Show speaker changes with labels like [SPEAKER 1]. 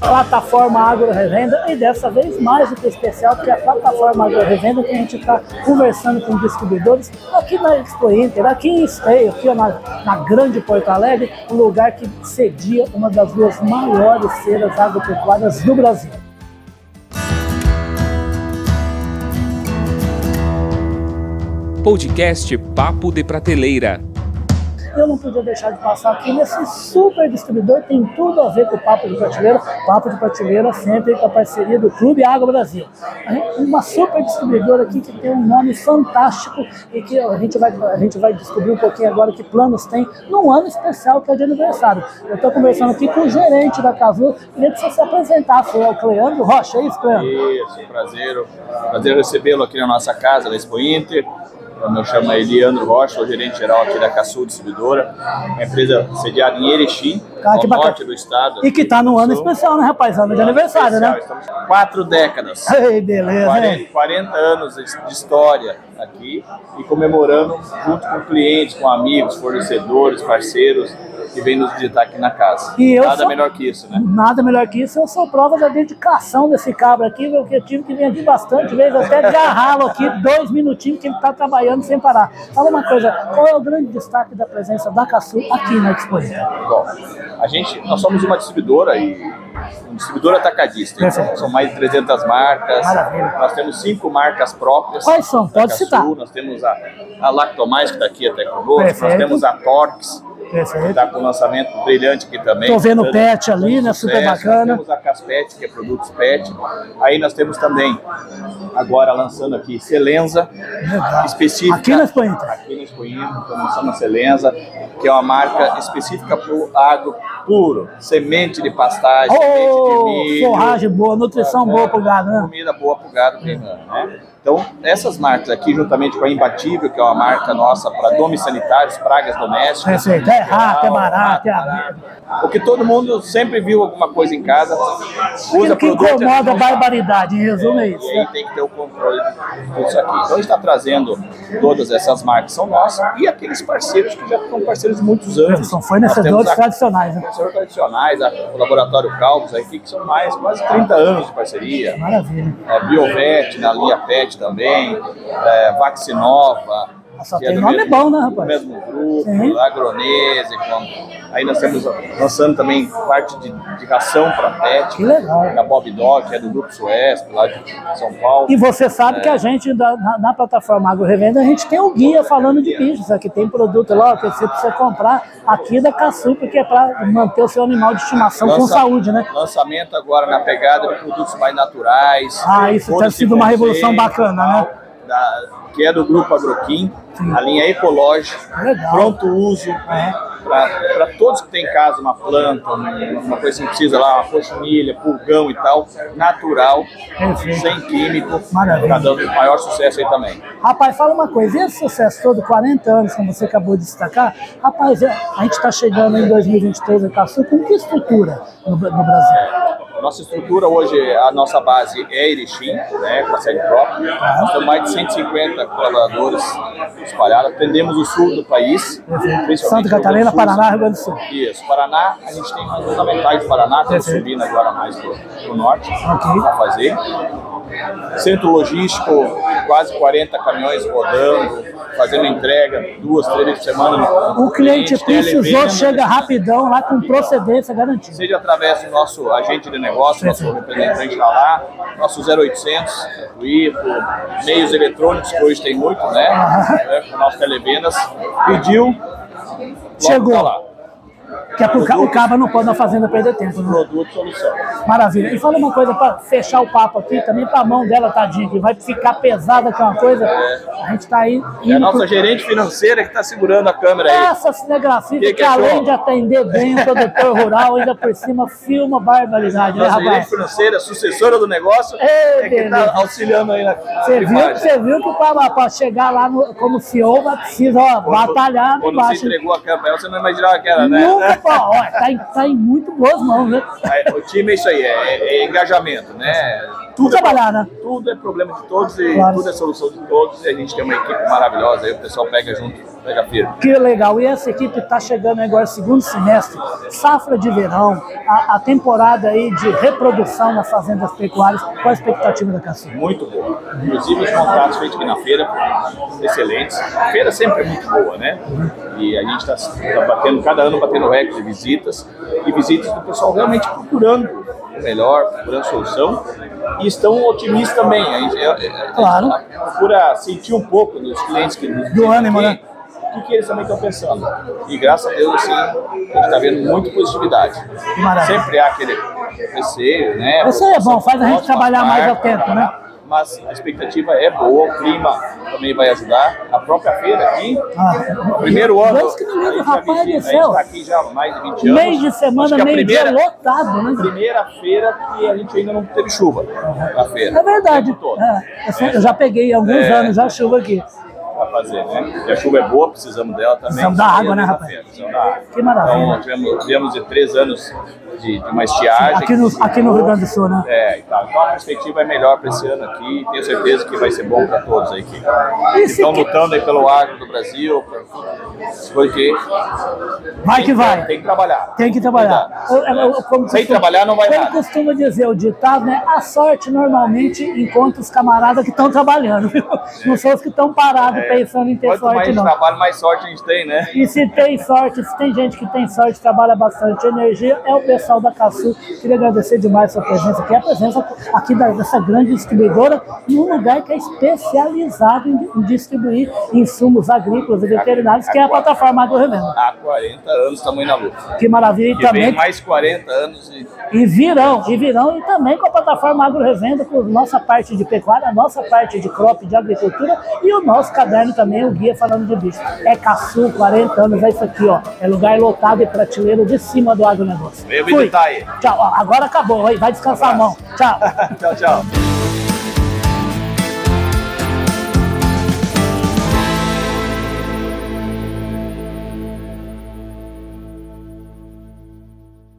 [SPEAKER 1] plataforma Agro Revenda e dessa vez mais do que especial, porque é a plataforma Agro Revenda que a gente está conversando com distribuidores aqui na Expo Inter, aqui em Esteio, aqui ó, na, na Grande Porto Alegre, um lugar que cedia uma das duas maiores feiras agropecuárias do Brasil.
[SPEAKER 2] Podcast Papo de Prateleira.
[SPEAKER 1] Eu não podia deixar de passar aqui nesse super distribuidor, tem tudo a ver com o Papo de Prateleira. Papo de Prateleira sempre com a parceria do Clube Água Brasil. A gente- Uma super distribuidora aqui que tem um nome fantástico e que a gente vai, a gente vai descobrir um pouquinho agora que planos tem num ano especial que é de aniversário. Eu estou conversando aqui com o gerente da Casu, queria que você se apresentasse, é o Cleandro Rocha, é isso, Cleandro?
[SPEAKER 3] Isso, um prazer. Prazer recebê-lo aqui na nossa casa, na Expo Inter. Eu me chamo Eliandro Rocha, sou gerente geral aqui da Caçul Distribuidora, uma empresa sediada em Erechim,
[SPEAKER 1] Cara, que
[SPEAKER 3] no
[SPEAKER 1] bacana.
[SPEAKER 3] norte do estado.
[SPEAKER 1] E que está num ano
[SPEAKER 3] Sou-
[SPEAKER 1] especial, né, rapaz? Ano de aniversário, né?
[SPEAKER 3] Estamos quatro décadas.
[SPEAKER 1] Ei, beleza, hein?
[SPEAKER 3] 40, 40 anos de de história aqui e comemorando junto com clientes, com amigos, fornecedores, parceiros que vêm nos visitar aqui na casa.
[SPEAKER 1] E eu
[SPEAKER 3] Nada
[SPEAKER 1] sou-
[SPEAKER 3] melhor que isso, né?
[SPEAKER 1] Nada melhor que isso, eu sou prova da dedicação desse cabra aqui, viu, que eu tive que vir aqui bastante vezes, até agarrá-lo aqui, dois minutinhos que ele está trabalhando sem parar. Fala uma coisa, qual é o grande destaque da presença da Caçu aqui na Exposição?
[SPEAKER 3] Bom, a gente, nós somos uma distribuidora e um distribuidor atacadista. então
[SPEAKER 1] Perfeito.
[SPEAKER 3] são mais de 300 marcas.
[SPEAKER 1] Maravilha.
[SPEAKER 3] Nós temos cinco marcas próprias.
[SPEAKER 1] Quais são?
[SPEAKER 3] da
[SPEAKER 1] Pode
[SPEAKER 3] Caçu,
[SPEAKER 1] citar.
[SPEAKER 3] Nós temos a, a Lactomais, que está aqui até conosco.
[SPEAKER 1] Perfeito.
[SPEAKER 3] Nós temos a Torx, que
[SPEAKER 1] Perfeito.
[SPEAKER 3] está com um lançamento brilhante aqui também.
[SPEAKER 1] Tô vendo o
[SPEAKER 3] Dando-
[SPEAKER 1] pet ali, né?
[SPEAKER 3] dando
[SPEAKER 1] Super
[SPEAKER 3] sucesso.
[SPEAKER 1] bacana.
[SPEAKER 3] Nós temos a Caspet, que é produtos pet. Aí nós temos também, agora lançando aqui, Celenza,
[SPEAKER 1] Legal.
[SPEAKER 3] específica.
[SPEAKER 1] Aqui então. na Expo Inter.
[SPEAKER 3] Aqui na Expo Inter, estamos lançando a Celenza, que é uma marca específica para o agro puro. Semente de pastagem,
[SPEAKER 1] Oh,
[SPEAKER 3] semente de milho.
[SPEAKER 1] forragem boa, nutrição boa pro gado, né?
[SPEAKER 3] Comida boa pro gado vegano, né? Então, essas marcas aqui, juntamente com a Imbatível, que é uma marca nossa para domes sanitários, pragas domésticas.
[SPEAKER 1] Perfeito. É rato, é
[SPEAKER 3] geral,
[SPEAKER 1] barato, é
[SPEAKER 3] rato,
[SPEAKER 1] abelha.
[SPEAKER 3] barato. O que todo mundo sempre viu alguma coisa em casa, usa
[SPEAKER 1] Aquilo que
[SPEAKER 3] produto, é
[SPEAKER 1] incomoda a
[SPEAKER 3] não sabe.
[SPEAKER 1] barbaridade, em resumo é isso.
[SPEAKER 3] E aí tem que ter o controle disso aqui. Então a gente está trazendo todas essas marcas que são nossas e aqueles parceiros que já são parceiros de muitos anos.
[SPEAKER 1] São fornecedores
[SPEAKER 3] Nós temos
[SPEAKER 1] tradicionais, né?
[SPEAKER 3] a- fornecedores tradicionais, a- o Laboratório Caldos aqui, que são mais quase 30 anos de parceria.
[SPEAKER 1] Maravilha.
[SPEAKER 3] É, Biovet, na linha PET também, é, Vaxinova.
[SPEAKER 1] Nossa,
[SPEAKER 3] que é
[SPEAKER 1] tem
[SPEAKER 3] do
[SPEAKER 1] nome
[SPEAKER 3] mesmo-
[SPEAKER 1] bom, né, rapaz?
[SPEAKER 3] Do mesmo grupo,
[SPEAKER 1] Sim.
[SPEAKER 3] Agronese. com- Aí nós estamos lançando também parte de, de ração para PET.
[SPEAKER 1] Que legal.
[SPEAKER 3] Da Bob Dog, que é do Grupo Suesp, lá de São Paulo.
[SPEAKER 1] E você sabe que a gente, da- na, na plataforma Agro Revenda, a gente tem um guia falando de bichos. Aqui tem produto lá ó, que você precisa comprar aqui da Caçu, porque é para manter o seu animal de estimação com
[SPEAKER 3] Lança-
[SPEAKER 1] saúde, né?
[SPEAKER 3] Lançamento agora na pegada de produtos mais naturais.
[SPEAKER 1] Ah, isso
[SPEAKER 3] Todo
[SPEAKER 1] tem
[SPEAKER 3] esse
[SPEAKER 1] sido uma revolução
[SPEAKER 3] conceito e
[SPEAKER 1] bacana,
[SPEAKER 3] tal,
[SPEAKER 1] né?
[SPEAKER 3] da- que é do grupo Agroquim, a linha ecológica,
[SPEAKER 1] Legal. É.
[SPEAKER 3] pronto uso, para todos que têm em casa uma planta, um- uma coisa que precisa lá, uma cochinilha, pulgão e tal, natural,
[SPEAKER 1] Perfeito.
[SPEAKER 3] sem químico,
[SPEAKER 1] Maravilha.
[SPEAKER 3] está dando maior sucesso aí também.
[SPEAKER 1] Rapaz, fala uma coisa, e esse sucesso todo, 40 anos, como você acabou de destacar, rapaz, é- a gente está chegando em 2023 na Caçu com que estrutura no, Bra- no Brasil?
[SPEAKER 3] É, Nossa estrutura hoje, a nossa base é Erechim, né, com a sede própria. Nós temos mais de 150 colaboradores espalhados. Atendemos o sul do país, principalmente
[SPEAKER 1] Santa
[SPEAKER 3] Rio
[SPEAKER 1] Catarina,
[SPEAKER 3] Grande do Sul,
[SPEAKER 1] Paraná, Rio Grande do Sul.
[SPEAKER 3] Isso, Paraná, a gente tem mais ou menos a metade do Paraná, estamos
[SPEAKER 1] Perfeito.
[SPEAKER 3] subindo agora mais pro, pro norte
[SPEAKER 1] Ok.
[SPEAKER 3] para fazer. Centro logístico, quase 40 caminhões rodando, fazendo entrega duas, três vezes por semana. no-
[SPEAKER 1] O cliente precisou,
[SPEAKER 3] televenda.
[SPEAKER 1] chega rapidão, lá com procedência garantida.
[SPEAKER 3] Seja através do nosso agente de negócio, nosso
[SPEAKER 1] Perfeito.
[SPEAKER 3] representante está lá, nosso 0800, o IPO, meios eletrônicos, que hoje tem muito, né? né, com o nosso televendas. Pediu, logo
[SPEAKER 1] Chegou.
[SPEAKER 3] tá lá.
[SPEAKER 1] Que é pro ca- o caba não pode na fazenda perder tempo, né?
[SPEAKER 3] Produto, solução. É
[SPEAKER 1] Maravilha. E fala uma coisa para fechar o papo aqui, também para a mão dela, tadinha, que vai ficar pesada que é uma coisa. A gente está aí
[SPEAKER 3] É a
[SPEAKER 1] indo
[SPEAKER 3] nossa gerente financeira que está segurando a câmera aí.
[SPEAKER 1] essa cinegrafista que,
[SPEAKER 3] Que que achou?
[SPEAKER 1] além de atender bem o produtor rural, ainda por cima filma barbaridade, né,
[SPEAKER 3] Nossa gerente
[SPEAKER 1] rapaz?
[SPEAKER 3] financeira, sucessora do negócio,
[SPEAKER 1] Ei,
[SPEAKER 3] é que
[SPEAKER 1] beleza.
[SPEAKER 3] está auxiliando aí na na
[SPEAKER 1] Você viu,
[SPEAKER 3] filmagem.
[SPEAKER 1] você viu que para chegar lá no- como CEO, vai precisa ó, batalhar
[SPEAKER 3] Quando você
[SPEAKER 1] embaixo.
[SPEAKER 3] entregou a câmera, você não imaginava que era, né?
[SPEAKER 1] Nunca, pô, ó, tá, em, tá em muito boas mãos, né?
[SPEAKER 3] É, O time é isso aí, é, é engajamento, né?
[SPEAKER 1] Tudo
[SPEAKER 3] é
[SPEAKER 1] trabalhar, né?
[SPEAKER 3] tudo é problema de todos e
[SPEAKER 1] Claro.
[SPEAKER 3] tudo é solução de todos. E a gente tem uma equipe maravilhosa aí, o pessoal pega junto pega firme.
[SPEAKER 1] Que legal. E essa equipe está chegando agora, segundo semestre, safra de verão, a, a temporada aí de reprodução nas fazendas pecuárias. Qual a expectativa da Caçula?
[SPEAKER 3] Muito boa. Inclusive, os contatos feitos aqui na feira, excelentes. A feira sempre é muito boa, né? E a gente está batendo, cada ano batendo recorde de visitas, e visitas do pessoal realmente procurando o melhor, procurando solução, e estão otimistas também. A gente, a- a-
[SPEAKER 1] Claro.
[SPEAKER 3] a gente procura sentir um pouco dos clientes que nos
[SPEAKER 1] Do ânimo,
[SPEAKER 3] aqui,
[SPEAKER 1] né?
[SPEAKER 3] O que, que eles também estão pensando? E graças a Deus, assim, a gente está vendo muita positividade.
[SPEAKER 1] Maravilha.
[SPEAKER 3] Sempre há aquele receio, né?
[SPEAKER 1] Isso aí é bom, faz a gente trabalhar mais
[SPEAKER 3] marca,
[SPEAKER 1] atento, né?
[SPEAKER 3] Mas a expectativa é boa, o clima também vai ajudar. A própria feira aqui,
[SPEAKER 1] Ah,
[SPEAKER 3] primeiro ano.
[SPEAKER 1] Deus que me livre,
[SPEAKER 3] a gente
[SPEAKER 1] rapaz
[SPEAKER 3] já visita,
[SPEAKER 1] do céu.
[SPEAKER 3] A gente está aqui já há mais de 20 anos.
[SPEAKER 1] Mês de
[SPEAKER 3] Acho que
[SPEAKER 1] semana,
[SPEAKER 3] a
[SPEAKER 1] meio dia
[SPEAKER 3] primeira,
[SPEAKER 1] lotado, né?
[SPEAKER 3] Primeira feira que a gente ainda não teve chuva na feira.
[SPEAKER 1] É verdade.
[SPEAKER 3] O tempo todo.
[SPEAKER 1] É, eu, sei- eu já peguei há alguns
[SPEAKER 3] É.
[SPEAKER 1] anos já chuva aqui.
[SPEAKER 3] Pra fazer, né? E a chuva é boa, precisamos dela também.
[SPEAKER 1] Precisamos da água, né, rapaz?
[SPEAKER 3] Precisamos da água.
[SPEAKER 1] Que maravilha.
[SPEAKER 3] Então, tivemos, tivemos de três anos de, de uma estiagem.
[SPEAKER 1] Aqui no, aqui no Rio Grande do Sul, né?
[SPEAKER 3] É, e tal. Então a perspectiva é melhor para esse ano aqui. Tenho certeza que vai ser bom para todos aí que que
[SPEAKER 1] Esse
[SPEAKER 3] estão
[SPEAKER 1] que-
[SPEAKER 3] lutando aí pelo agro do Brasil. Porque
[SPEAKER 1] Vai que vai.
[SPEAKER 3] tem que trabalhar.
[SPEAKER 1] Tem que trabalhar. Eu- eu- eu- como
[SPEAKER 3] Sem
[SPEAKER 1] costumo-
[SPEAKER 3] trabalhar não vai
[SPEAKER 1] Como
[SPEAKER 3] nada.
[SPEAKER 1] costuma dizer o ditado, né? A sorte normalmente encontra os camaradas que estão trabalhando. viu? Não são os que estão parados pensando em ter
[SPEAKER 3] É. Quanto
[SPEAKER 1] sorte,
[SPEAKER 3] mais
[SPEAKER 1] não.
[SPEAKER 3] trabalho, mais sorte a gente tem, né?
[SPEAKER 1] E se tem sorte, se tem gente que tem sorte, trabalha bastante energia, é o pessoal da Caçu. Queria agradecer demais a sua presença aqui, a presença aqui da- dessa grande distribuidora, num lugar que é especializado em, em distribuir insumos agrícolas e veterinários, que é a plataforma do Revenda.
[SPEAKER 3] Há 40 anos estamos aí na luta.
[SPEAKER 1] Que maravilha, e
[SPEAKER 3] Que vem
[SPEAKER 1] também
[SPEAKER 3] mais 40 anos e
[SPEAKER 1] E virão, e virão, e também com a plataforma Agro Revenda, com a nossa parte de pecuária, a nossa parte de crop, de agricultura e o nosso caderno também, o Guia Falando de Bicho. É Caçu, 40 anos, é isso aqui, ó. É lugar lotado e prateleiro de cima do agronegócio.
[SPEAKER 3] Venha
[SPEAKER 1] Fui.
[SPEAKER 3] visitar aí.
[SPEAKER 1] Tchau, ó, agora acabou, aí vai descansar a mão. Tchau.
[SPEAKER 3] tchau, tchau.